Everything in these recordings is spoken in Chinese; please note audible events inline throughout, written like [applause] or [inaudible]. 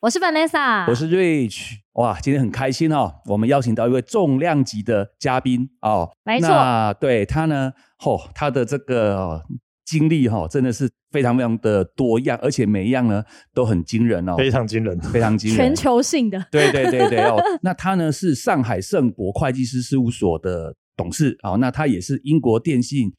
我是 Vanessa，我是 Rich。哇，今天很开心哦，我们邀请到一位重量级的嘉宾哦。没错那对他呢，哦，他的这个、哦经历哈、哦，真的是非常非常的多样，而且每一样呢都很惊人哦，非常惊人。非常惊人。全球性的， [laughs] 对对对对哦，那他呢是上海盛博会计师事务所的董事哦，那他也是英国电信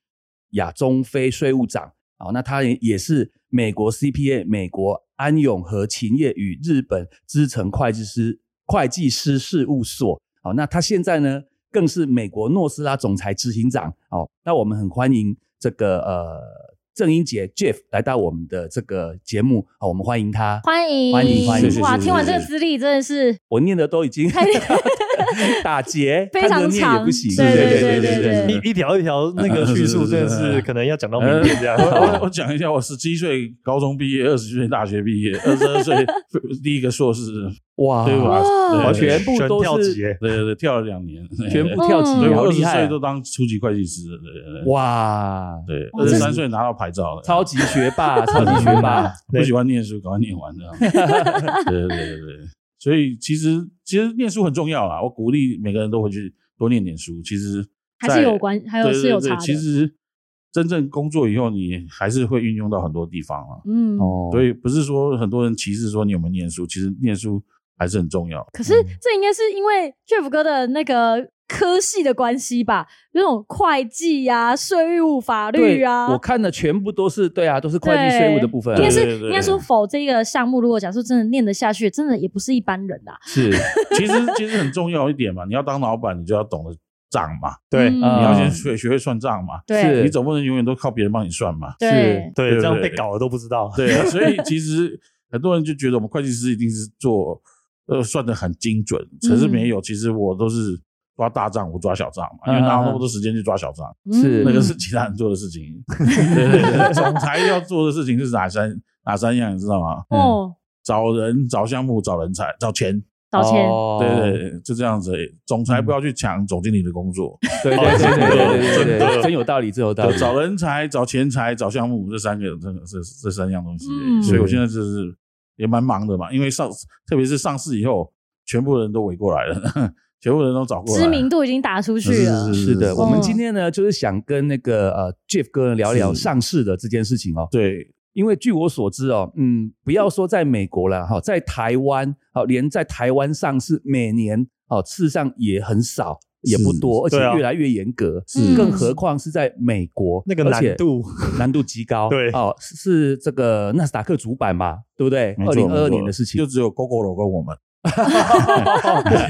亚中非税务长哦，那他也也是美国 CPA 美国安永和勤业与日本资诚会计师会计师事务所哦，那他现在呢更是美国诺斯拉总裁执行长哦，那我们很欢迎这个呃郑英杰 Jeff 来到我们的这个节目哦，我们欢迎他，欢迎欢迎欢迎是是哇，是听完是这个资历真的是我念的都已经 [laughs] 打结，非看常着念也长不行，对对对对对对一一条一条那个叙述，真的是可能要讲到明天这样。哦我我讲一下，我十七岁高中毕业，二十岁大学 [laughs] 毕业，二十二岁第一个硕士，哇，对吧？哇对对全部都全跳是级耶对对对，跳了两年，全部跳级，嗯对，对好我二十厉害岁啊！都当初级会计师了，对对对，哇，对，哇二十三岁拿到牌照了，超 [laughs] 级学 [laughs] 霸，超级学霸，不喜欢念书，赶快念完 [laughs] 这样。对对对对对，所以其实其实念书很重要啦，啊我鼓励每个人都回去多念点书。其实还是在有关还有对是有对对差的其实真正工作以后，你还是会运用到很多地方啊。嗯。哦，所以不是说很多人歧视说你有没有念书，其实念书还是很重要。可是嗯这应该是因为 Jeff 哥的那个科系的关系吧，有种会计呀、税务、法律对啊，我看的全部都是对啊，都是会计对税务的部分啊应，该对是应该说否这个项目，如果假设真的念得下去，真的也不是一般人啊。是其实其实很重要一点嘛，你要当老板，你就要懂得账嘛，对嗯你要啊先学学会算账嘛。对你总不能永远都靠别人帮你 [laughs] 算嘛。对对，对这样对被搞的都不知道。对啊，所以其实很多人就觉得我们会计师一定是做呃算的很精准，可是嗯没有，其实我都是抓大账，我抓小账嘛，因为哪有那么多时间去抓小账，是嗯那个是其他人做的事情。 [laughs] 对对对，总裁要做的事情是哪三哪三样，你知道吗？哦，找人、找项目、找人才、找钱，找钱，哦对对对，就这样子而已。总嗯裁不要去抢总经理的工作，对对对对对对真的对，哦真有道理，真有道就理，找人才、找钱财、找项目这三个，这个这这三样东西而已。嗯所以我现在就是也蛮忙的嘛，因为上特别是上市以后，全部人都围过来了， [laughs] 全部人都找过来了，知名度已经打出去是了。是是的，我们嗯今天呢，就是想跟那个呃 Jeff 哥聊聊是上市的这件事情哦。对因为据我所知哦，嗯，不要说在美国了哈，在台湾，好，连在台湾上市每年哦，事实上也很少，也不多，而且对啊越来越严格，是更何况是在美国，那个而且难度 [laughs] 难度极高，对哦，是是这个纳斯达克主板嘛，对不对？没二错零没二二错年的事情 [laughs] [laughs] 就，只有 GoGo 跟我们，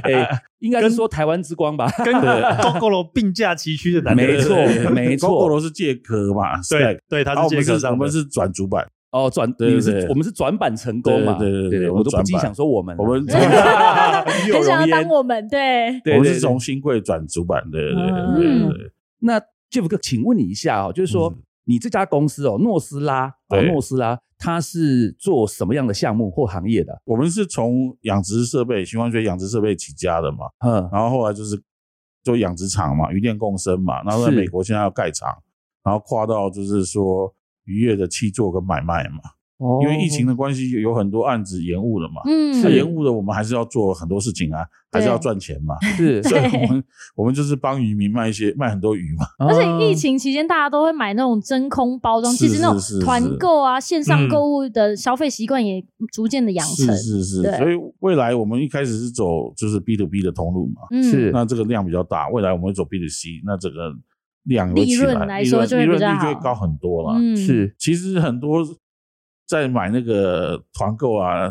哎，应该是说台湾之光吧，跟 GoGo 并驾齐驱的难度。没错对对没错 GoGo 是借壳嘛，对 Slack，对，他然后是我借壳们是我上们的。是转主板，哦，转对你们对是对我们是转板成功嘛，对对对对我我们都不禁转板想说我们啊，我 [laughs] 们对转 [laughs] 很想要容当颜我们对，对我们对对是从新贵转主板，对对对对嗯对对对。那 Jeff 哥，请问你一下哦，就是说、你这家公司哦，诺斯拉，哦，嗯对诺斯拉，它是做什么样的项目或行业的？我们是从养殖设备、循环学养殖设备起家的嘛，嗯，然后后来就是做养殖场嘛，渔电共生嘛，然后在是美国现在要盖厂，然后跨到就是说渔业的气作跟买卖嘛，哦因为疫情的关系，有有很多案子延误了嘛。嗯那是延误了，我们还是要做很多事情啊，还是要赚钱 [laughs] 嘛。 [laughs] 是，啊所以我们我们就是帮渔民卖一些卖很多鱼嘛。而而且疫情期间，大家都会买那种真空包装，啊是其实那是是种是团购啊、线上嗯购物的消费习惯也逐渐的养成是。是是对，所以未来我们一开始是走就是 B to B 的通路嘛，嗯是那这个量比较大，未来我们会走 B to C，那这个量会起利润来利说润就会比利润较率就会好高很多了。嗯，是其实很多在买那个团购啊，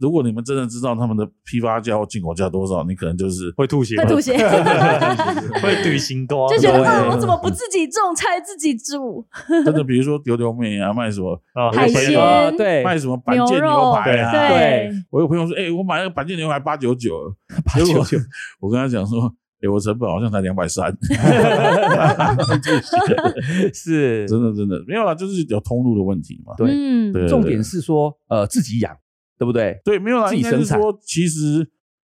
如果你们真的知道他们的批发价或进口价多少，你可能就是会吐血，嗯会 [laughs] 吐血，会怼心瓜，就觉得对啊，我怎么 [laughs] 不自己种菜自己煮？真的，比如说丢丢妹啊，卖什么啊海鲜啊对，卖什么板腱牛肉牛排啊。对对，我有朋友说，哎、我买那个板腱牛排八九九，八九九，我跟他讲说，哎、我成本好像才两百三， [laughs] 是真的真的没有啦，就是有通路的问题嘛。对嗯对重点是说呃自己养，对不对？对，没有啦，自己应该是生产说，其实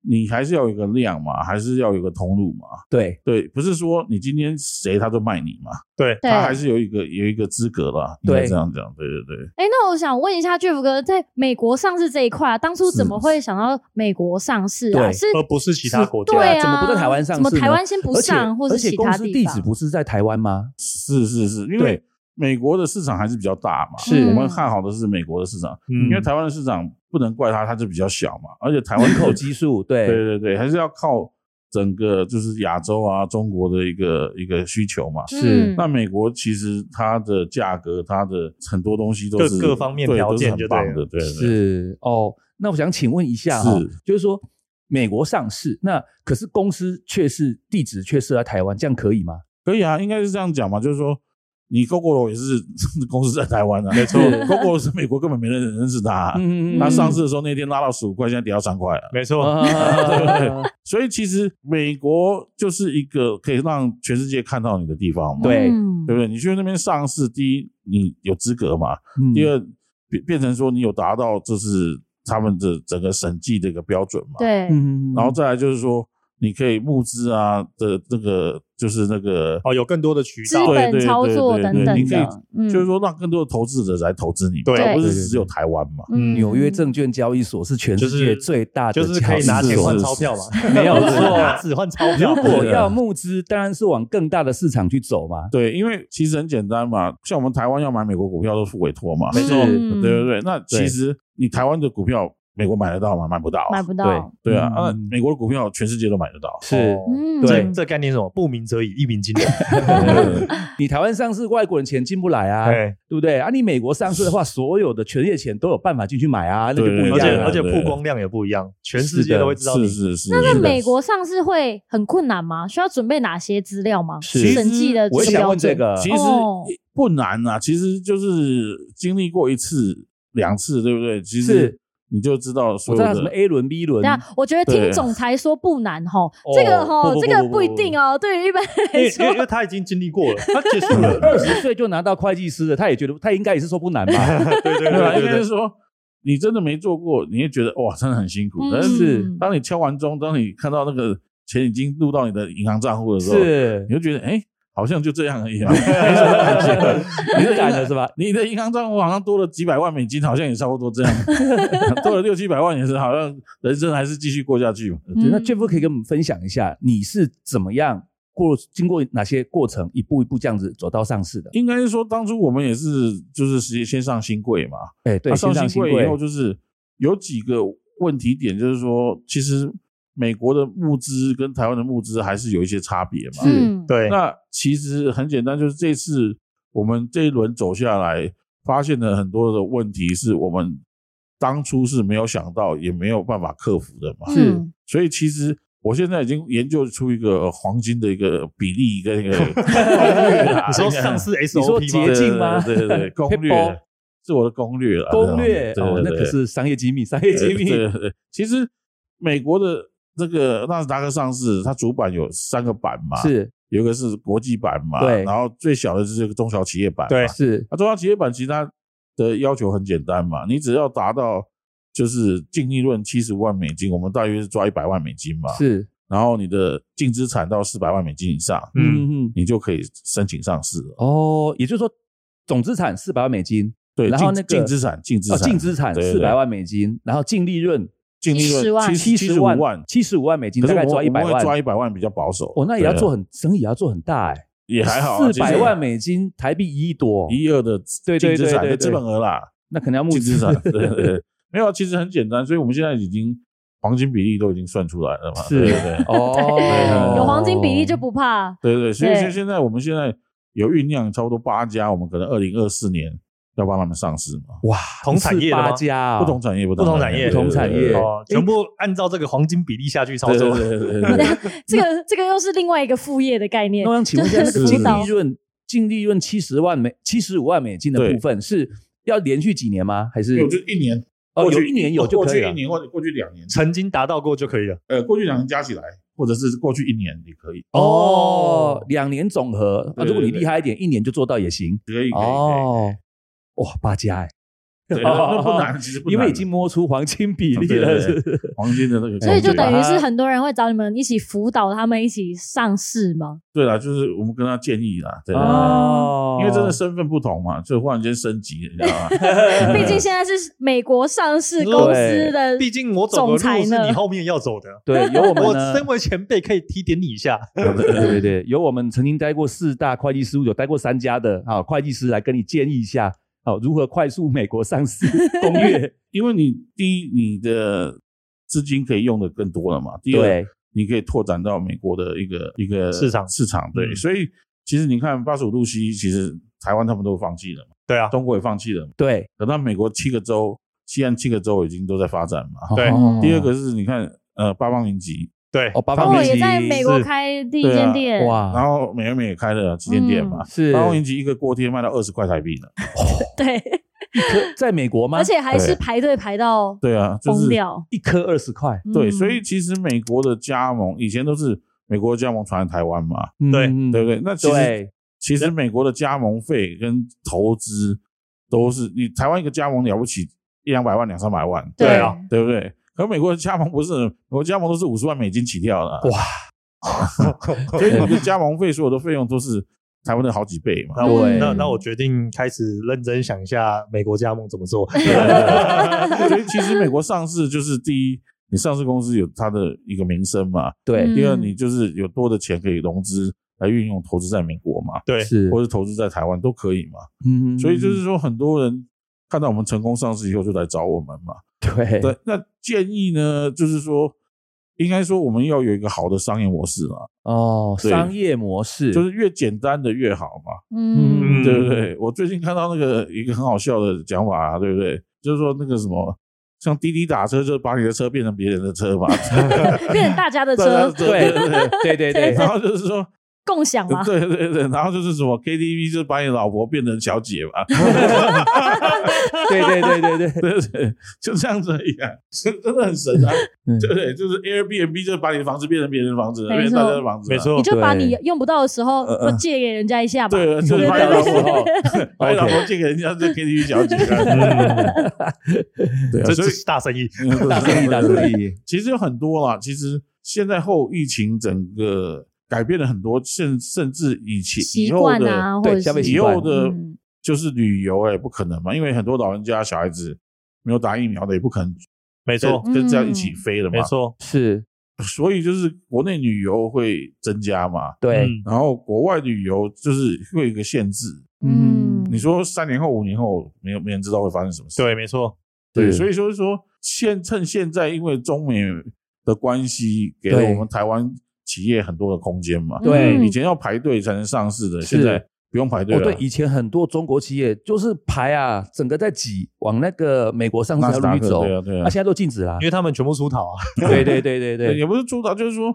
你还是要有一个量嘛，还是要有一个通路嘛。对，对，不是说你今天谁他就卖你嘛，对，对他还是有一个有一个资格啦，应该对这样讲。对对对，哎，那我想问一下俊福哥，在美国上市这一块、啊，当初怎么会想到美国上市啊？对是，而不是其他国家。对啊，怎么不在台湾上市怎呢么台湾先不而且上，或而是且其公他司地地址方？不是在台湾吗？是是是，因为对美国的市场还是比较大嘛，是我们看好的是美国的市场，嗯因为台湾的市场不能怪它，它就比较小嘛，而且台湾人口的 [laughs] 基数，对对对对，还是要靠整个就是亚洲啊中国的一个一个需求嘛。是那美国其实它的价格，它的很多东西都各是各方面对条都是件很就对棒了的，对对对是哦。那我想请问一下哈、哦是，就是说美国上市，那可是公司却是地址却设在台湾，这样可以吗？可以啊，应该是这样讲嘛，就是说你 GoGo 也是公司在台湾啊，没 [laughs] 错，GoGo 是美国根本没人认识它、啊，嗯它上市的时候那天拉到十五块，现在跌到三块啊，没 [laughs] 错，啊所以其实美国就是一个可以让全世界看到你的地方嘛，对嗯对不对？你去那边上市，第一你有资格嘛，嗯第二变变成说你有达到就是他们的整个审计的一个标准嘛，对，嗯然后再来就是说你可以募资啊的那个就是那个哦，有更多的渠资道，对本对操对作对等对等你可以的，嗯就是说让更多的投资者来投资你嘛，对而不对对是对只有台湾嘛。嗯纽约证券交易所是全世界就是最大的交就易所，是可以拿钱换钞票嘛， [laughs] 没有错拿纸换钞票。如果要募资，当然是往更大的市场去走嘛。对，因为其实很简单嘛，像我们台湾要买美国股票都是委托嘛，没错嗯对不对？那其实你台湾的股票，美国买得到吗？买不到啊、买不到，对啊，那、嗯哦美国的股票全世界都买得 [laughs] 到。是嗯，这这概念是什么？不鸣则已，一鸣惊人。你台湾上市，外国人钱进不来啊， [laughs] 哎，对不对？啊，你美国上市的话，所有的全业钱都有办法进去买 [laughs] 啊，那就不一对而样且了。而且对曝光量也不一样，全世界都会知道是你。是是。那在是的美国上市会很困难吗？需要准备哪些资料吗？是审计的我也指想标问这准，个，其实哦不难啊，其实就是经历过一次、两次，对不对？其实是你就知道我所知有道什么的。 A 轮、B 轮等，下，我觉得听对总裁说不难吼，这个不吼，不这个不不不一定哦。对于一般因来为因为因说，为哎他已经经历过了，他结束了。二十岁就拿到会计师了，他也觉得他应该也是说不难吧？ [laughs] [laughs] 对对对啊，对应该对是说你真的没做过，你也觉得哇，真的很辛苦。但是是嗯当你敲完钟，当你看到那个钱已经入到你的银行账户的时候，是你，就觉得哎、诶好像就这样而已啊 [laughs] [laughs] 嘛，没什么感觉。敏感了是吧？你的银行账户好像多了几百万美金，好像也差不多这样， [laughs] 多了六七百万也是，好像人生还是继续过下去嘛。嗯那 Jeff 可以跟我们分享一下，你是怎么样过经过哪些过程，一步一步这样子走到上市的？应该是说，当初我们也是就是先先上新贵嘛，哎，对，啊先上上新新贵贵以后就是有几个问题点，就是说，其实美国的募资跟台湾的募资还是有一些差别嘛。是嗯，对，那其实很简单，就是这次我们这一轮走下来，发现了很多的问题，是我们当初是没有想到，也没有办法克服的嘛。是嗯所以其实我现在已经研究出一个呃黄金的一个比例跟 [laughs] 一个攻略 [laughs] 啦你说应该上市你说捷 SOP 吗？捷径吗对对对 [laughs] 对，攻 Pitbull 略是我的攻略啦，攻略这样哦对，那对对可是商业机密，商业机密。对对对，其实美国的这个纳斯达克上市，它主板有三个板嘛，是有一个是国际版嘛，对然后最小的是这个中小企业版嘛，对是那中小企业版其实它的要求很简单嘛，你只要达到就是净利润七十五万美金，我们大约是抓一百万美金嘛，是，然后你的净资产到四百万美金以上，嗯，嗯嗯，你就可以申请上市了。哦，也就是说总资产四百万美金，对，然后净那个净资产，净资哦，产，净资产对四百，万美金，然后净利润对对净70利万润七十五万万，七十五万美金，可大是概我抓一我百们会万。抓一百万比较保守。哦，那也要对做很生意，也要做很大哎，也还好啊，四百万美金台币一亿多，一二的对净对资对产对的对资本额啦，那可能要募净资资产对对对， [laughs] 没有啊，其实很简单，所以我们现在已经黄金比例都已经算出来了嘛，是对对对哦，有黄金比例就不怕。对对，所以对现现在我们现在有酝酿差不多八家，我们可能二零二四年要帮他们上市嘛。哇，同产业的吗八家啊，不同产业，不不同产业，不同产业对对哦，全部按照这个黄金比例下去操对作。对对对对对这个这个又是另外一个副业的概念。那我想请问一下，那就个是净辅导利润净利润七十万美七十五万美金的对部分是要连续几年吗？还是对，我就一年，哦过有去一年有就过可以去了一？年或者过去两年，曾经达到过就可以了。呃，过去两年加起来，或者是过去一年也可以，哦，两年总和啊，对对如果你对厉害一点，一年就做到也行。可以可以可以。哦，哇，八家哎，对，那 [laughs] 那不难，其实不难，啊因为已经摸出黄金比例了，对对对是不是黄金的那个概念，所以就把等它于是很多人会找你们一起辅导他们一起上市 [laughs] 吗？对啦，就是我们跟他建议啦，对啊啦，哦因为真的身份不同嘛，就忽然间升级，你知道吗？ [laughs] 毕 [laughs] 竟现在是美国上市公司的，毕竟我走的总裁路是呢你后面要走的， [laughs] 对，有我们我呢身为前辈可以提点你一下。对对对，有我们曾经待过四大会计事务所，待过三家的啊，会计师来跟你建议一下，好如何快速美国上 [laughs] 市攻略。因为你第一，你的资金可以用的更多了嘛，第二对，，你可以拓展到美国的一个一个市场市场，对，嗯所以其实你看八十五度 C，其实台湾他们都放弃了嘛， [laughs] 对啊，中国也放弃了嘛，对可到美国七个州，西岸七个州已经都在发展嘛。对哦第二个是你看，呃，八方云集，对哦，八他方哦，们云也集在美国是开第一对啊间店，然哇，后美而美也开了旗舰店嗯嘛，是八方云集一个锅贴卖到二十块台币呢。对，一颗在美国吗？而且还是对排队排到对啊，就疯是掉。一颗二十块，对，嗯所以其实美国的加盟以前都是美国的加盟传来台湾嘛，对嗯对不对？那其实对其实美国的加盟费跟投资都是你台湾一个加盟了不起一两百万两三百万，对啊，对不对？可美国的加盟不是，美国加盟都是五十万美金起跳的啊， [laughs] 所以你的加盟费所有的费用都是台湾的好几倍嘛。那我对那那我决定开始认真想一下美国加盟怎么 [laughs] 做。所以其实美国上市就是第一，你上市公司有它的一个名声嘛；对嗯第二，你就是有多的钱可以融资来运用投资在美国嘛，对，是或者投资在台湾都可以嘛。嗯所以就是说，很多人看到我们成功上市以后，就来找我们嘛。对对，那建议呢，就是说，应该说我们要有一个好的商业模式嘛，哦，对商业模式就是越简单的越好嘛。嗯嗯对不对？我最近看到那个一个很好笑的讲法、啊，对不对？就是说那个什么，像滴滴打车，就是把你的车变成别人的车嘛， [laughs] 变成大家的对车对对对对。 [laughs] 对对对 [laughs] 然后就是说，共享嘛，对对对，然后就是什么 KTV 就是把你老婆变成小姐嘛，对对对对 [laughs] 对，对对对，就这样子而已啊，真的很神啊，嗯对不对？就是 Airbnb 就是把你的房子变成别人的房子，没错变成大家的房子，没。错你，就把对你用不到的时候呃呃就借给人家一下嘛。 [laughs] 对，就对是嗯把你对老对婆， [laughs] 对把你老 OK 婆借给人家这 KTV 小姐啊，对啊，这所这以是大生意。嗯 [laughs] 大生意大生意，其实有很多啦，其实现在后疫情整个改变了很多，甚甚至以前习以后惯的、啊，或对者消费是习以惯后的嗯就是旅游哎、不可能嘛，因为很多老人家小孩子没有打疫苗的也不可能没错，跟跟这样一嗯起飞了嘛没，错，是所以就是国内旅游会增加嘛，对，嗯然后国外旅游就是会有一个限制，嗯你说三年后五年后没有没人知道会发生什么事，对，没错，对，是所以说说现趁现在，因为中美的关系，给了对我们台湾企业很多的空间嗯嘛。对以前要排队才能上市的，是现在不用排队哦，了。对，以前很多中国企业就是排啊，整个在挤往那个美国上纳斯市的达路去克走，对啊对啊，啊，现在都禁止啦因。为他们全部出逃啊。对对对对对对也不是主导，就是说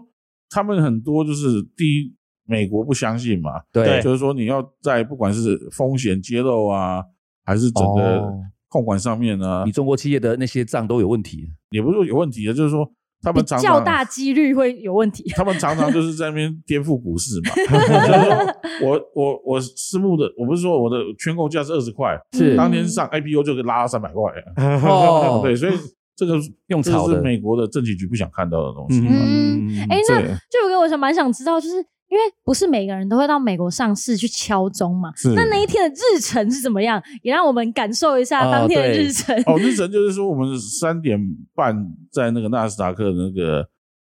他们很多就是第一，美国不相信嘛，对就是说你要在不管是风险揭露啊，还是整个哦控管上面呢、你中国企业的那些账都有问题，也不是说有问题的，啊就是说他比们常较常大几率会有问题。他们常常就是在那边颠覆股市嘛。 [laughs] 就是说我我我私募的，我不是说我的圈购价是二十块，是当天上 IPO 就给拉到三百块。哦 [laughs] 对，所以这个用这炒是的，美国的政企局不想看到的东西。嗯，哎，那对，这首歌我想蛮想知道，就是因为不是每个人都会到美国上市去敲钟嘛，是那那一天的日程是怎么样？也让我们感受一下哦当天的对日程。哦，日程就是说我们三点半在那个纳斯达克的那个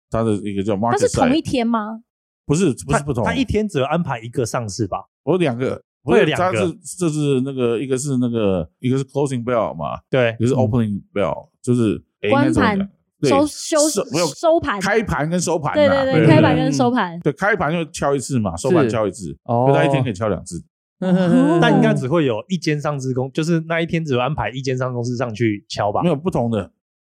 它的一个叫它 market 是同 site，一天吗？不是不他是不同，嗯他一天只有安排一个上市吧？我有两个。不会有是，两它个是这是那个一个是那个一个是 closing bell 嘛，对一个是嗯 opening bell，就是哎应该关怎么盘讲对收收是没有收盘，开盘跟收盘、啊，对对对，对开盘跟收盘。对，开盘就敲一次嘛，收盘敲一次，哦所以他一天可以敲两次。哦但应嗯该只会有一间上市公，就是那一天只有安排一间上市公司上去敲吧没。有不同的，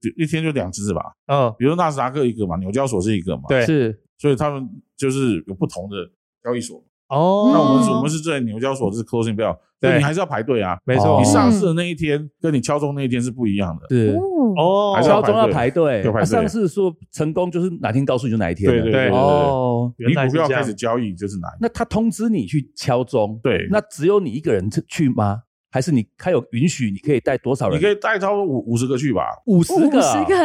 就一天就两只吧。嗯，比如纳斯达克一个嘛，纽交所是一个嘛，对是所以他们就是有不同的交易所。哦，那我们是嗯我们是在纽交所是 closing bell，对所以你还是要排队啊。没哦错你，上嗯市的那一天跟你敲钟那一天是不一样的。是，哦，哦，还是敲要钟要排队，要排队啊上次说成功就是哪天告诉你就哪一天对了，对对对对，哦，原你来股是票这开样始。交易就是哪一那他通知你去敲钟，对那只有你一个人去吗？还是你他有允许你可以带多少人？你可以带超过五五十个去吧。五十五个啊，十个，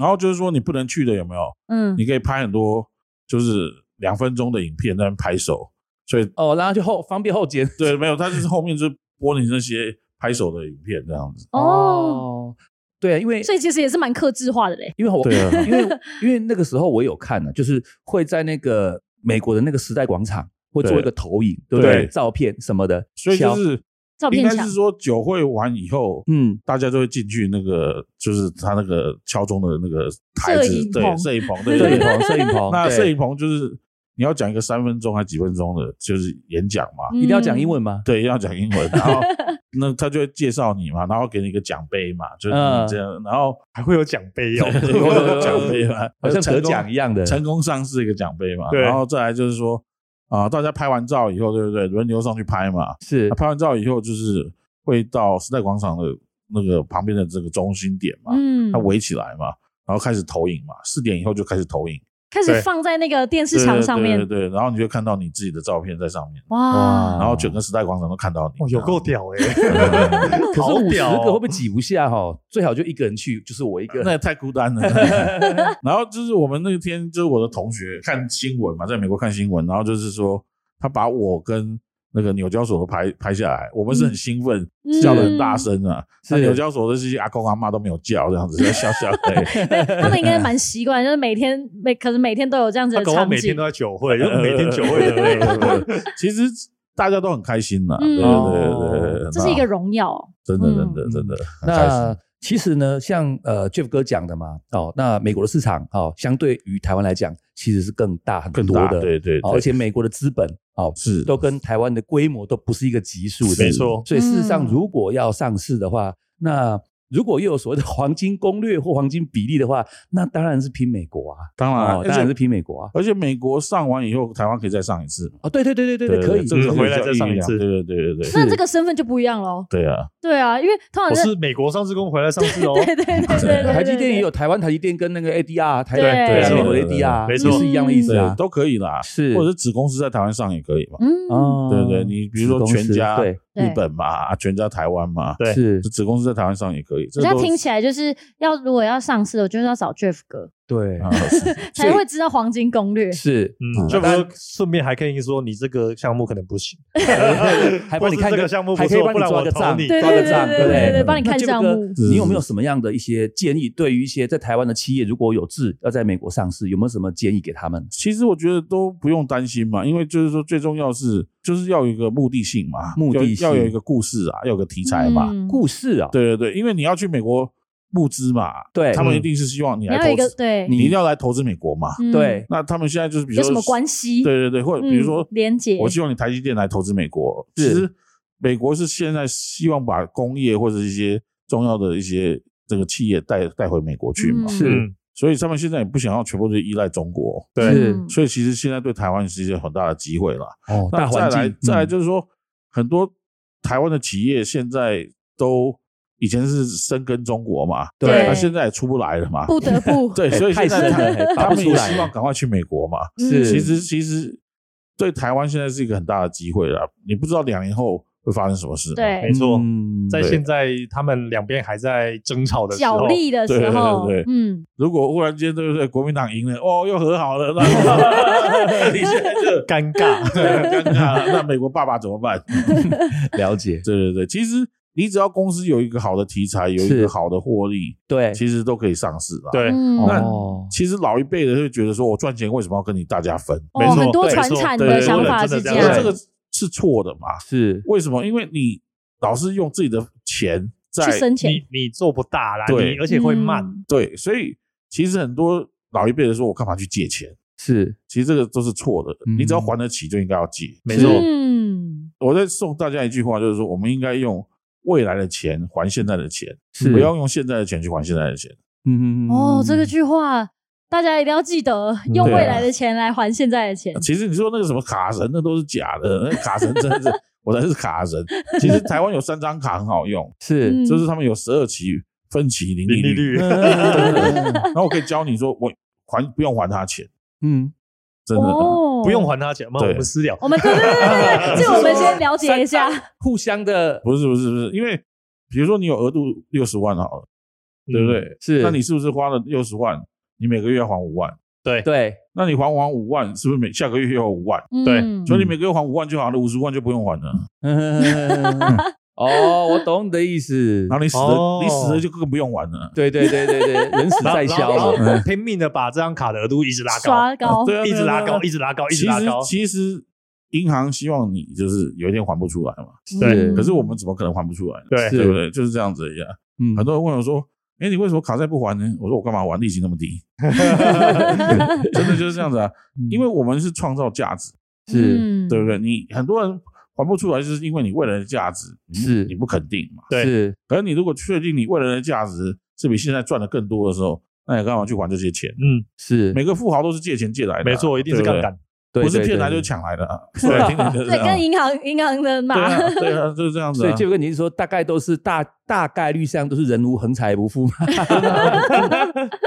然后就是说你不能去的有没有？嗯，你可以拍很多就是两分钟的影片在那边拍手，所以哦，然后就后方便后接。对没有，他就是后面就是播你那些拍手的影片这样子。哦，，对，因为所以其实也是蛮克制化的嘞。因为我对啊因为因为那个时候我有看呢、就是会在那个美国的那个时代广场会做一个投影，对不对？对照片什么的，所以就敲是照应片该墙是说酒会完以后，嗯，大家就会进去那个就是他那个敲钟的那个台摄子影，对棚哦摄影 [laughs] 棚，对摄对影对。棚，摄影棚，那对摄影棚就是你要讲一个三分钟还几分钟的，就是演讲嘛。嗯一定要讲英文吗？对，要讲英文，[laughs] 然后那他就会介绍你嘛，然后给你一个奖杯嘛，就是嗯你这样，然后还会有奖杯哦，对会有奖杯嘛，好像得呃成功奖一样的，成功上市一个奖杯嘛，对然后再来就是说啊、大家拍完照以后，对不对？轮流上去拍嘛，是那拍完照以后就是会到时代广场的那个旁边的这个中心点嘛，嗯它，围起来嘛，然后开始投影嘛，四点以后就开始投影，开始放在那个电视墙上对面，对对对，然后你就看到你自己的照片在上面，哇哇，然后整个时代广场都看到你，哦，有够 [laughs] 屌哎！嗯可是 [laughs] 好五十屌个哦会不会挤不下哈？最好就一个人去，就是我一个。那也太孤单了。然后就是我们那天，就是我的同学看新闻嘛，在美国看新闻，然后就是说他把我跟那个纽交所都拍拍下来，我们是很兴奋，嗯叫的很大声啊。是那纽交所的这些阿公阿妈都没有叫，这样子在笑笑的。他们应该蛮习惯，就是每天每可能每天都有这样子他的搞不好场每天景都，在酒会，就是每呃天酒会的那个。 [laughs] 其实大家都很开心呐、嗯哦对对对对对，这是一个荣耀。真的嗯真的真的很开那心。其实呢，像呃 Jeff 哥讲的嘛，哦，那美国的市场哦，相对于台湾来讲，其实是更大很更多大的，对对哦对而且美国的资本哦，是都跟台湾的规模都不是一个级数的，是没错所以事实上，嗯如果要上市的话，那如果又有所谓的黄金攻略或黄金比例的话，那当然是拼美国啊，当然哦而且当然是拼美国啊。而且美国上完以后，台湾可以再上一次。哦，对对对对对对，可以，这嗯个是回来比较再上一意料次对对对对对，那这个身份就不一样喽。对啊，对啊，因为通常我是是美国上市公回来上市哦， [laughs] 对对对对对，对台积电也有台湾台积电跟那个 ADR，台对对啊对美国的对对 ADR，没错也是一样的意思啊对，。都可以啦，是或者是子公司在台湾上也可以嘛，嗯，哦对对，你比如说全家子公司对日本嘛，啊全家台湾嘛，对对，是，子公司在台湾上也可以，这人家都听起来就是要如果要上市，我就是要找 Jeff 哥对，啊是才会知道黄金攻略。是，嗯，就说顺便还可以说你这个项目可能不行， [laughs] 还帮你看或是这个个项目还不可以错，帮不你然抓我个投账，你。对抓个账，对不对对对？对帮你看那账目这个你有没有什么样的一些建议？对于一些在台湾的企业，如果有志要在美国上市，有没有什么建议给他们？其实我觉得都不用担心嘛，因为就是说最重要是就是要有一个目的性嘛，目的性要要有一个故事啊，要有个题材嘛，嗯故事啊，对对对，因为你要去美国募资嘛，对他们嗯一定是希望你你来要有一投个资，对你一定要来投资美国嘛，嗯对那他们现在就是比如有说什么关系？对对对，或者比如说嗯连结我希望你台积电来投资美国。其是实美国是现在希望把工业或者一些重要的一些这个企业带带回美国去嘛，嗯是嗯，所以他们现在也不想要全部都依赖中国，对，是嗯所以其实现在对台湾是一个很大的机会了。哦，那大再环来境，再来嗯就是说，很多台湾的企业现在都以前是深耕中国嘛，对那现在也出不来了嘛，不得不 [laughs] 对，所以哎太现在深了嘿他拔他不们出也来嗯希望赶快去美国嘛，嗯是其实其实对台湾现在是一个很大的机会啦，你不知道两年后会发生什么事。没对错。嗯在对现在他们两边还在争吵的时角候， [laughs] 力的时候对对对，嗯，如果忽然间对不对国民党赢了，哦，又和 [laughs] 好了，那你现在就尴尬。对很尴尬了。那美国爸爸怎么办？了 [laughs] 解，对对对，其实你只要公司有一个好的题材，有一是个好的获利，对，其实都可以上市啦。。对，嗯那哦，其实老一辈的会觉得说，我赚钱为什么要跟你大家分？没哦，错很多欸对传没错产对的对想对法真是的这这样样这个是错的嘛？是为什么？因为你老是用自己的钱在去生钱，你你做不大啦，对你而且会慢。嗯对，所以其实很多老一辈的说，我干嘛去借钱？是其实这个都是错的，嗯你只要还得起就应该要借。没错嗯，我在送大家一句话，就是说我们应该用未来的钱还现在的钱，是不要用现在的钱去还现在的钱。嗯哦，这个句话大家一定要记得，用未来的钱来还现在的钱。其实你说那个什么卡神，那都是假的，那卡神真的是 [laughs] 我才是卡神。其实台湾有三张卡很好用，是嗯嗯就是他们有十二期分期零利零利率，率然后我可以教你说我还不用还他钱，嗯，真的。哦， [laughs] 不用。还他钱，那对我们私聊。我们对对对对对，这个我们先 [laughs] 了解一下。互相的不是不是不是，因为比如说你有额度六十万好了，嗯对不对？是那你是不是花了六十万，你每个月要还五万？对那你还完五万，是不是每下个月又有五万？嗯对所以你每个月还五万就好了，五十万就不用还了。 [laughs] 嗯哦，我懂你的意思然。后你死哦了，你死了就更不用还了。对对对对对， [laughs] 人死然后在然啊后消嘛。然后拼命的把这张卡的额度一直拉高，嗯刷嗯高，对啊，一直拉高，一直直拉高，一其直拉高实。其实银行希望你就是有一天还不出来嘛，嗯对可是我们怎么可能还不出来呢？嗯对对不对？就是这样子呀。嗯很多人问我说：“哎，你为什么卡债不还呢？”我说：“我干嘛还？利息那么低。” [laughs] 真的就是这样子啊，嗯因为我们是创造价值。是嗯对不对？你很多人还不出来，就是因为你未来的价值你不是你不肯定嘛。对是可是你如果确定你未来的价值是比现在赚的更多的时候，那你干嘛去还这些钱？嗯，是，每个富豪都是借钱借来的啊、没错，一定是对不杠对杆。对不是对骗来对就是抢来的、啊。是对，听你对，跟银行银行的啊对嘛，啊，对啊，就是这样子、所以啊。这个你是说，大概都是大大概率上都是人无横财不 [laughs] 富嘛？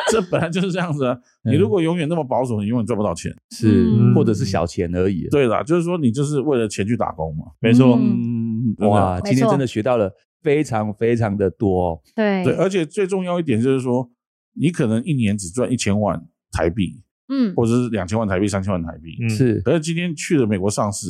这本来就是这样子啊。你如果永远那么保守，你永远赚不到钱。是 [laughs] 嗯，或者是小钱而已。啊对啦，就是说你就是为了钱去打工嘛。没错，嗯，啊哇，没错今天真的学到了非常非常的多哦。对对，而且最重要一点就是说，你可能一年只赚一千万台币，嗯，或者是两千万台币、三千万台币。嗯是，可是今天去了美国上市，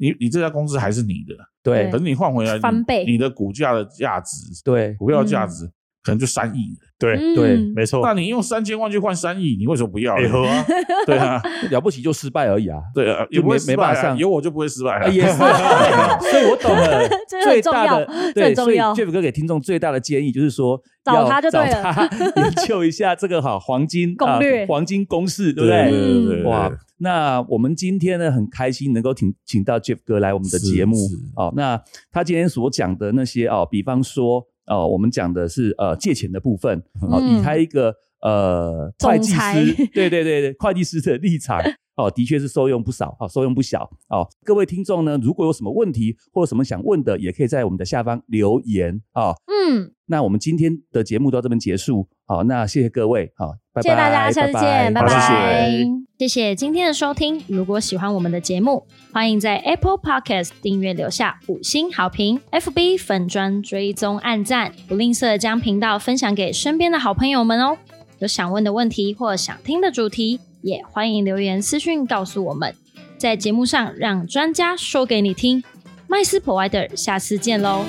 你你这家公司还是你的，对可是你换回来你翻倍你的股价的价值，对，股票的价值可能就三亿了。对，嗯。对没错那。你用三千万去换三亿，你为什么不要呢？哎也合啊，对啊，了不起就失败而已啊。 [laughs] 对啊，就也不没会失败啊没办法上有我就不会失败啊，了。也 [laughs] 是，所以我懂了 [laughs] 这个最很重大要的这很对，重所以要 Jeff 哥给听众最大的建议就是说，找要他就对了找他 [laughs] 研究一下这个哈黄金 [laughs] 攻啊略黄金公式，对对不对对？对对，对哇，，那我们今天呢很开心能够请请到 Jeff 哥来我们的是节目是哦。那他今天所讲的那些哦，比方说哦，我们讲的是呃借钱的部分哦，嗯以他一个呃总会计裁 [laughs] 师，对对对对，会计师的立场哦，的确是受用不少哦，受用不小哦。各位听众呢，如果有什么问题或有什么想问的，也可以在我们的下方留言哦。嗯，那我们今天的节目到这边结束，好、那谢谢各位，好、拜拜，谢谢大家，下次见，拜拜拜拜。谢谢今天的收听，如果喜欢我们的节目，欢迎在 Apple Podcast 订阅留下五星好评，FB 粉砖追踪按赞，不吝啬将频道分享给身边的好朋友们哦。有想问的问题或想听的主题，也欢迎留言私讯告诉我们，在节目上让专家说给你听。麦斯 Provider，下次见喽，